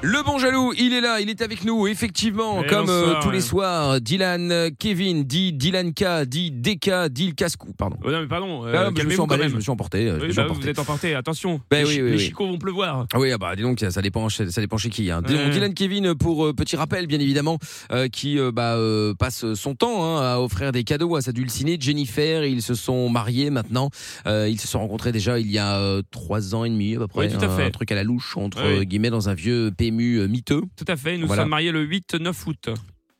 Le bon jaloux, il est là, il est avec nous, effectivement, Eh, comme euh, bonsoir, tous les ouais. soirs. Dylan, euh, Kevin, dit Dylan K, dit DK, dit le casse-cou, pardon. Oh non, mais pardon, euh, Ah, mais je me calmez-vous suis quand emballé, je même. me suis emporté. euh, je me Oui, suis bah, emporté. vous êtes emporté, attention. Ben les oui, chi- oui, les oui. chicots vont pleuvoir. Ah Oui, ah bah dis donc, ça, ça dépend, chez- ça dépend chez qui. Hein. Dis donc, Ouais. Dylan Kevin, pour euh, petit rappel, bien évidemment, euh, qui euh, bah, euh, passe son temps hein, à offrir des cadeaux à sa dulcinée Jennifer. Ils se sont mariés maintenant. Euh, ils se sont rencontrés déjà il y a euh, trois ans et demi à peu près. Oui, tout à Un- fait. Un truc à la louche entre Oui. euh, guillemets dans un vieux PMU euh, miteux. Tout à fait, nous Voilà. sommes mariés le 8-9 août.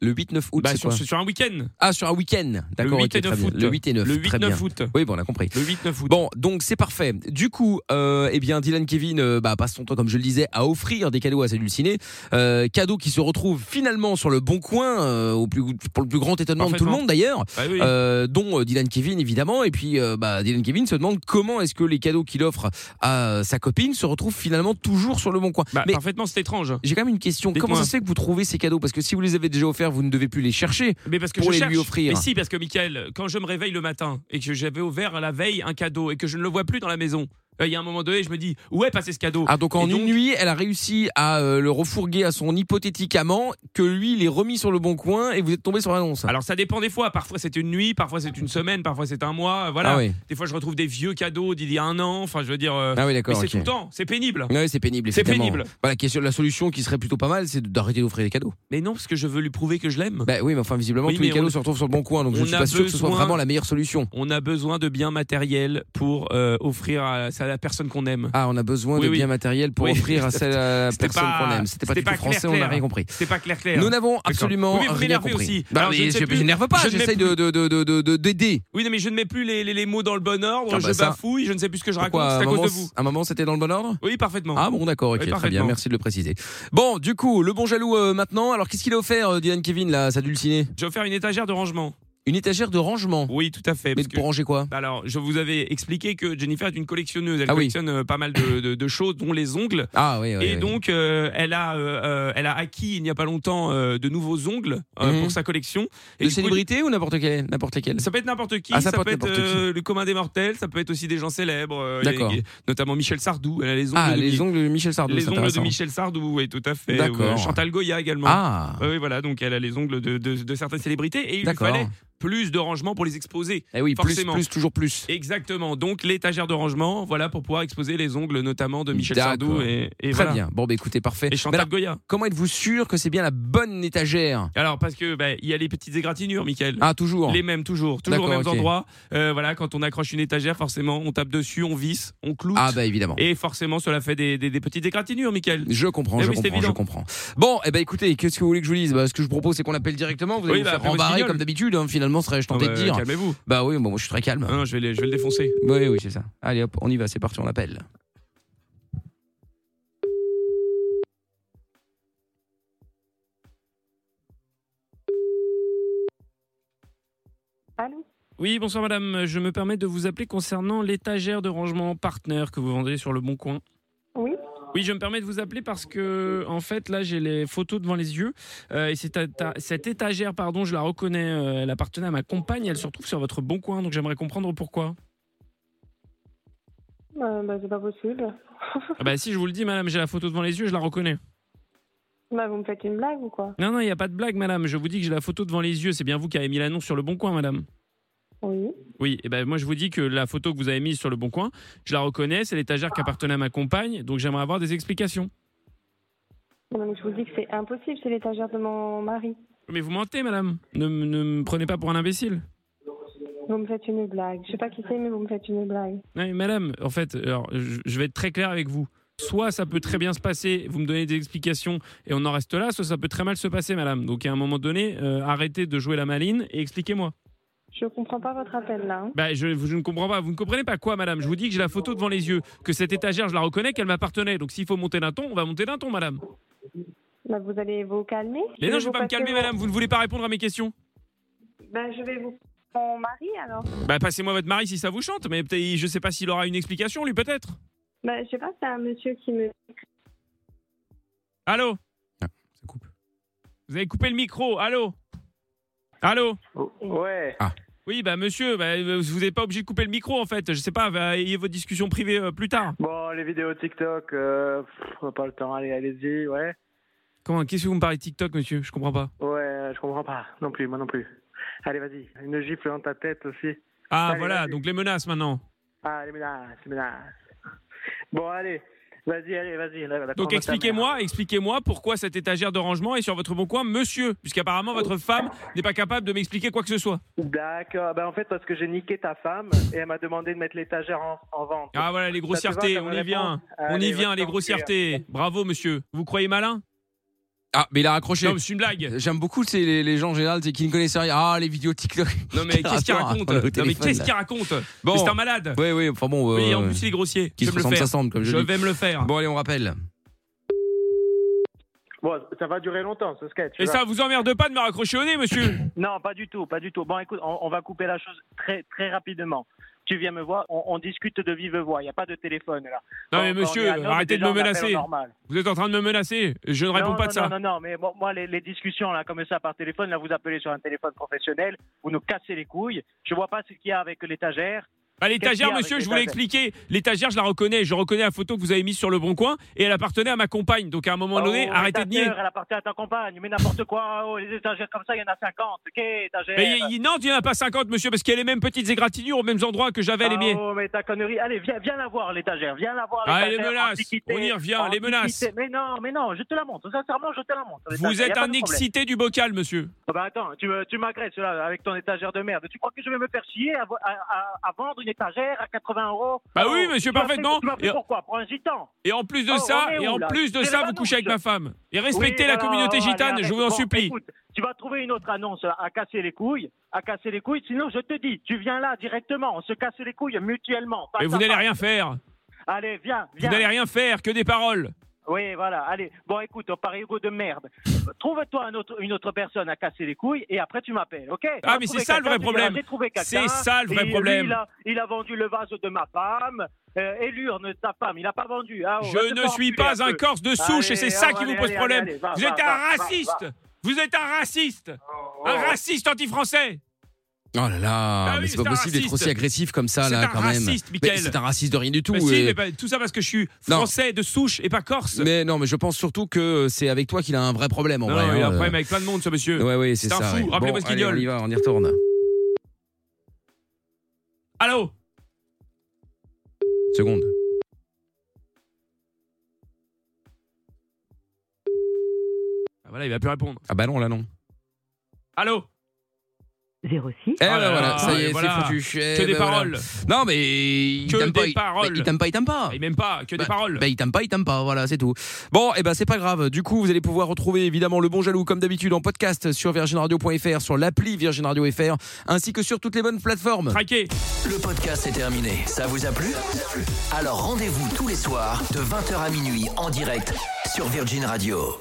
Le 8-9 août, Bah, c'est sur, quoi sur un week-end. Ah, sur un week-end. Le D'accord. 8 ok, et très 9 bien. août. Le 8 et 9. Le Euh, très bien. 8-9 août. Oui, bon, on a compris. Le 8-9 août. Bon, donc c'est parfait. Du coup, euh, eh bien, Dylan Kevin euh, bah, passe son temps, comme je le disais, à offrir des cadeaux à ses dulcinées. Euh, cadeaux qui se retrouvent finalement sur le bon coin, euh, au plus, pour le plus grand étonnement de tout le Parfaitement. monde d'ailleurs, Bah oui. euh, dont euh, Dylan Kevin évidemment. Et puis, euh, bah, Dylan Kevin se demande comment est-ce que les cadeaux qu'il offre à euh, sa copine se retrouvent finalement toujours sur le bon coin. Bah, Mais Parfaitement, c'est étrange. j'ai quand même une question. Dites-moi. Comment ça se fait que vous trouvez ces cadeaux Parce que si vous les avez déjà offerts, vous ne devez plus les chercher. Mais parce que Pour je les cherche. lui offrir. Mais si, parce que Michael, quand je me réveille le matin et que j'avais ouvert la veille un cadeau et que je ne le vois plus dans la maison, euh, il y a un moment donné, je me dis, où est passé ce cadeau Ah donc en Et donc- une nuit, elle a réussi à euh, le refourguer à son hypothétique amant que lui il est remis sur le bon coin et vous êtes tombé sur l'annonce. Alors ça dépend des fois. Parfois c'est une nuit, parfois c'est une semaine, parfois c'est un mois. euh, Voilà. Ah oui. Des fois je retrouve des vieux cadeaux d'il y a un an. Enfin, je veux dire. euh, Ah oui mais d'accord. c'est ok. tout le temps. C'est pénible. Ouais, c'est pénible. C'est évidemment. pénible. Bah, la, question, la solution qui serait plutôt pas mal, c'est d'arrêter d'offrir des cadeaux. Mais non, parce que je veux lui prouver que je l'aime. Bah oui, mais enfin visiblement Oui, tous les mais cadeaux on- se retrouvent sur le bon coin, donc je on suis a pas sûr que ce soit besoin- vraiment la meilleure solution. On a besoin de biens matériels pour euh, offrir à, à la personne qu'on aime. Ah, on a besoin Oui, de oui. biens matériels pour Oui. offrir à celle à la C'était personne pas- qu'on aime. C'était pas du c'était tout pas clair, français, on n'a clair. rien compris. C'est pas clair clair. Nous n'avons absolument Oui, mais vous rien m'énervez compris. aussi. Bah, Alors, mais je ne sais je plus- je n'énerve pas, je ne mets j'essaye de- de- de- de- de- de- d'aider. Oui, non, mais je ne mets plus les, les- les mots dans le bon ordre. Ah bah je ça. bafouille. Je ne sais plus ce que je raconte. Pourquoi, à C'est à un cause moment, de vous. à un moment c'était dans le bon ordre Oui, parfaitement. Ah bon, d'accord, Oui, ok, très bien, parfaitement. merci de le préciser. Bon, du coup, le bon jaloux euh, maintenant. Alors, qu'est-ce qu'il a offert, euh, Dylan Kevin, là, sa dulcinée J'ai offert une étagère de rangement. Une étagère de rangement. Oui, tout à fait. Mais parce que- bah, pour ranger quoi Alors, je vous avais expliqué que Jennifer est une collectionneuse. Elle Ah oui. collectionne euh, pas mal de, de- de choses, dont les ongles. Ah oui, oui. Et oui. donc, euh, elle, a, euh, euh, elle a acquis il n'y a pas longtemps euh, de nouveaux ongles euh, Mhm. pour sa collection. Et de du coup, célébrité ou n'importe quel, n'importe lesquels ça peut être n'importe qui, Ah, ça ça, peut peut être être n'importe euh, le commun des mortels, ça peut être aussi des gens célèbres, euh, D'accord. et- et notamment Michel Sardou. Elle a les ongles, Ah, de, les Mi- ongles de Michel Sardou. les c'est ongles de intéressant. Michel Sardou, oui, tout à fait. D'accord. Ou, euh, Chantal Goya également. Ah, Oui, voilà, donc elle a les ongles de, de- de certaines célébrités et il lui D'accord. fallait plus de rangement pour les exposer. eh oui, plus, forcément. plus, toujours plus. Exactement. Donc l'étagère de rangement, voilà pour pouvoir exposer les ongles notamment de Michel D'accord. Sardou et, et Très voilà. bien. Bon, bah écoutez, parfait. Et Mais Chantal alors, Goya. comment êtes-vous sûr que c'est bien la bonne étagère Alors parce que bah, il y a les petites égratignures, Michael. Ah, toujours. Les mêmes toujours, toujours aux D'accord, mêmes ok. endroits. Euh, voilà, quand on accroche une étagère, forcément, on tape dessus, on visse, on cloute. Ah, bah évidemment. Et forcément, cela fait des, des- des petites égratignures, Michael. Je comprends, Eh je oui, c'est comprends, je évident. comprends. Bon, eh ben écoutez, qu'est-ce que vous voulez que je vous dise Bah, Ce que je propose, c'est qu'on appelle directement. Vous allez Oui, vous bah, faire appelez au rembarrer signal. comme d'habitude. hein, finalement, serais-je tenté Ah bah, de dire Calmez-vous. Bah oui, bon, moi, je suis très calme. Ah non, je vais, le- je vais le défoncer. Oui, oui, c'est ça. Allez, hop, on y va, c'est parti, on appelle. Allô Oui, bonsoir madame. Je me permets de vous appeler concernant l'étagère de rangement partner que vous vendez sur le Bon Coin. Oui Oui, je me permets de vous appeler parce que, en fait, là, j'ai les photos devant les yeux. Euh, et cette, éta- cette étagère, pardon, je la reconnais, euh, elle appartenait à ma compagne, elle se retrouve sur votre bon coin, donc j'aimerais comprendre pourquoi. Euh, bah, C'est pas possible. Ah bah si, je vous le dis, madame, j'ai la photo devant les yeux, je la reconnais. Bah, vous me faites une blague ou quoi Non, non, il n'y a pas de blague, madame, je vous dis que j'ai la photo devant les yeux, c'est bien vous qui avez mis l'annonce sur le bon coin, madame. Oui. Oui, et ben moi, je vous dis que la photo que vous avez mise sur le bon coin, je la reconnais, c'est l'étagère qui appartenait à ma compagne, donc j'aimerais avoir des explications. Non, mais je vous dis que c'est impossible, c'est l'étagère de mon mari. Mais vous mentez, madame. Ne, m- ne me prenez pas pour un imbécile. Vous me faites une blague. Je sais pas qui c'est, mais vous me faites une blague. Non, mais madame, en fait, alors, je je vais être très clair avec vous. Soit ça peut très bien se passer, vous me donnez des explications et on en reste là, soit ça peut très mal se passer, madame. Donc à un moment donné, euh, arrêtez de jouer la maline et expliquez-moi. Je comprends pas votre appel là. hein. Bah, je, je ne comprends pas. Vous ne comprenez pas quoi, madame Je vous dis que j'ai la photo devant les yeux, que cette étagère, je la reconnais, qu'elle m'appartenait. Donc s'il faut monter d'un ton, on va monter d'un ton, madame. Bah, vous allez vous calmer Mais non, je ne vais vous pas me passer calmer, au- madame. Vous ne voulez pas répondre à mes questions Bah, je vais vous Mon mari, alors Bah, passez-moi votre mari si ça vous chante, mais peut-être, je sais pas s'il aura une explication, lui, peut-être. bah, Je sais pas, c'est un monsieur qui me. Allô Ça coupe. Vous avez coupé le micro, allô Allô Ouais. Oui, bah monsieur, bah, euh, vous n'êtes pas obligé de couper le micro en fait. Je sais pas, bah, ayez vos discussions privées euh, plus tard. Bon, les vidéos TikTok, euh, pff, on n'a pas le temps. Allez, allez-y. Ouais. Comment Qu'est-ce que vous me parlez de TikTok, monsieur Je comprends pas. Ouais, je comprends pas. Non plus, moi non plus. Allez, vas-y. Une gifle dans ta tête aussi. Ah Allez, voilà, vas-y. donc les menaces maintenant. Ah, les menaces, les menaces. Bon, allez. Vas-y, allez, vas-y. là, là, prends Donc ta mère. expliquez-moi, expliquez-moi pourquoi cette étagère de rangement est sur votre bon coin, monsieur, puisqu'apparemment votre femme n'est pas capable de m'expliquer quoi que ce soit. D'accord. Ben, en fait, parce que j'ai niqué ta femme et elle m'a demandé de mettre l'étagère en, en vente. Ah voilà les Ça te va grossièretés, comme on y réponse vient, on Allez, y va vient te les faire grossièretés. Bravo monsieur. Vous croyez malin Ah, mais il a raccroché. Non, mais c'est une blague. J'aime beaucoup c'est les, les gens en général c'est qui ne connaissent rien. Ah, les vidéos TikTok. Non mais qu'est-ce qu'il Attends, raconte attends, le Non mais téléphone, qu'est-ce là. qu'il raconte Bon. Mais C'est un malade. Oui, oui, enfin bon. euh, Oui, en plus il est grossier. qui Je se vais me le ressemble, ça faire. semble, comme je, Je le dis. vais me le faire. Bon, allez, on rappelle. Bon, ça va durer longtemps ce sketch. Et tu ça vous emmerde pas de me raccrocher au nez, monsieur Non, pas du tout, pas du tout. Bon, écoute, on, on va couper la chose très, très rapidement. Tu viens me voir, on, on discute de vive voix. Il n'y a pas de téléphone là. Non mais Quand- quand on est monsieur, un homme, arrêtez de déjà, me on appelle au menacer. normal. Vous êtes en train de me menacer. Je ne réponds non, pas non, de ça. Non, non, non, mais bon, moi, les, les discussions là, comme ça par téléphone, là, vous appelez sur un téléphone professionnel, vous nous cassez les couilles. Je vois pas ce qu'il y a avec l'étagère. À Qu'est-ce qu'il Bah, l'étagère, y a monsieur, avec je vous l'ai l'étagère expliqué. L'étagère, je la reconnais. Je reconnais la photo que vous avez mise sur le bon coin et elle appartenait à ma compagne. Donc à un moment donné, Oh, arrêtez de nier. l'étagère, Elle appartient à ta compagne, mais n'importe quoi. Oh, les étagères comme ça, il y en a 50. Ok, étagère. Mais il- il- non, il n'y en a pas 50, monsieur, parce qu'il y a les mêmes petites égratignures aux mêmes endroits que j'avais les Ah, miens. Oh, mais ta connerie. Allez, viens, viens la voir, l'étagère. Viens la voir. Ah, les l'étagère, menaces. antiquité, On y revient, les antiquité. menaces. Mais non, mais non, je te la montre. Sincèrement, je te la montre. Vous l'étagère, y a êtes pas un de problème. excité du bocal, monsieur. Ah bah attends, tu, me- tu m'agresses là avec ton étagère de merde. Tu crois que je vais me faire chier à, vo- à- à- à vendre une étagère à 80 euros Bah Oh, oui, monsieur, tu m'as parfaitement. Fait, tu m'as fait Et- pourquoi Prends un gitan. Et en plus de Oh, ça, on est et où, en là plus de C'est ça, la vous couchez avec ma manouche. femme. Et Respectez respectez la communauté gitane, je vous en supplie. tu vas trouver une autre annonce à casser les couilles, à casser les couilles. Sinon, je te dis, tu viens là directement. On se casse les couilles mutuellement. Mais Face vous à n'allez face. rien faire. Allez, viens, Vous viens. n'allez rien faire, que des paroles. Oui, voilà. Allez, bon, écoute, par ego de merde. Euh, Trouve-toi un autre, une autre personne à casser les couilles et après tu m'appelles, ok Ah, mais c'est ça, le vrai problème. C'est ça, le vrai problème. Il a, il a vendu le vase de ma femme euh, et l'urne de ta femme. Il n'a pas vendu. Ah, on va Je te ne faire suis enculer pas un peu. corse de souche et Allez, c'est ça allez, qui vous allez, pose allez, problème. allez, va, Vous va, êtes va, va, un va. raciste. Vous êtes un raciste. Oh, Un raciste anti-français. Oh là là, Ah mais oui, c'est pas c'est un possible d'être raciste. aussi agressif comme ça C'est là un quand même. raciste, Mais Mickaël. c'est un raciste de rien du tout. Mais si, et- mais pas- tout ça parce que je suis Non. français de souche et pas corse. mais non, mais je pense surtout que c'est avec toi qu'il a un vrai problème en Non, vrai. non, il a hein. un problème avec plein de monde, ce monsieur. Ouais, ouais, c'est C'est un ça. fou, ouais. rappelez-moi ce qu'il allez, gueule. On y va, on y retourne. Allô Seconde. Ah, Voilà, il va plus répondre. Ah bah non, là non. Allô 06. Eh Ah bah là voilà, là, ça y est, voilà. c'est foutu. Eh Que des bah voilà. paroles. Non mais il Que t'aime pas, des il- paroles. mais Il t'aime pas, il t'aime pas. Et même pas, que des Bah, paroles. Bah, il t'aime pas, il t'aime pas, voilà, c'est tout. Bon, et ben c'est pas grave. Du coup, vous allez pouvoir retrouver évidemment le bon jaloux comme d'habitude en podcast sur virginradio.fr, sur l'appli Virgin Radio FR, ainsi que sur toutes les bonnes plateformes. Traqué. Le podcast est terminé. Ça vous a plu Alors rendez-vous tous les soirs de 20h à minuit en direct sur Virgin Radio.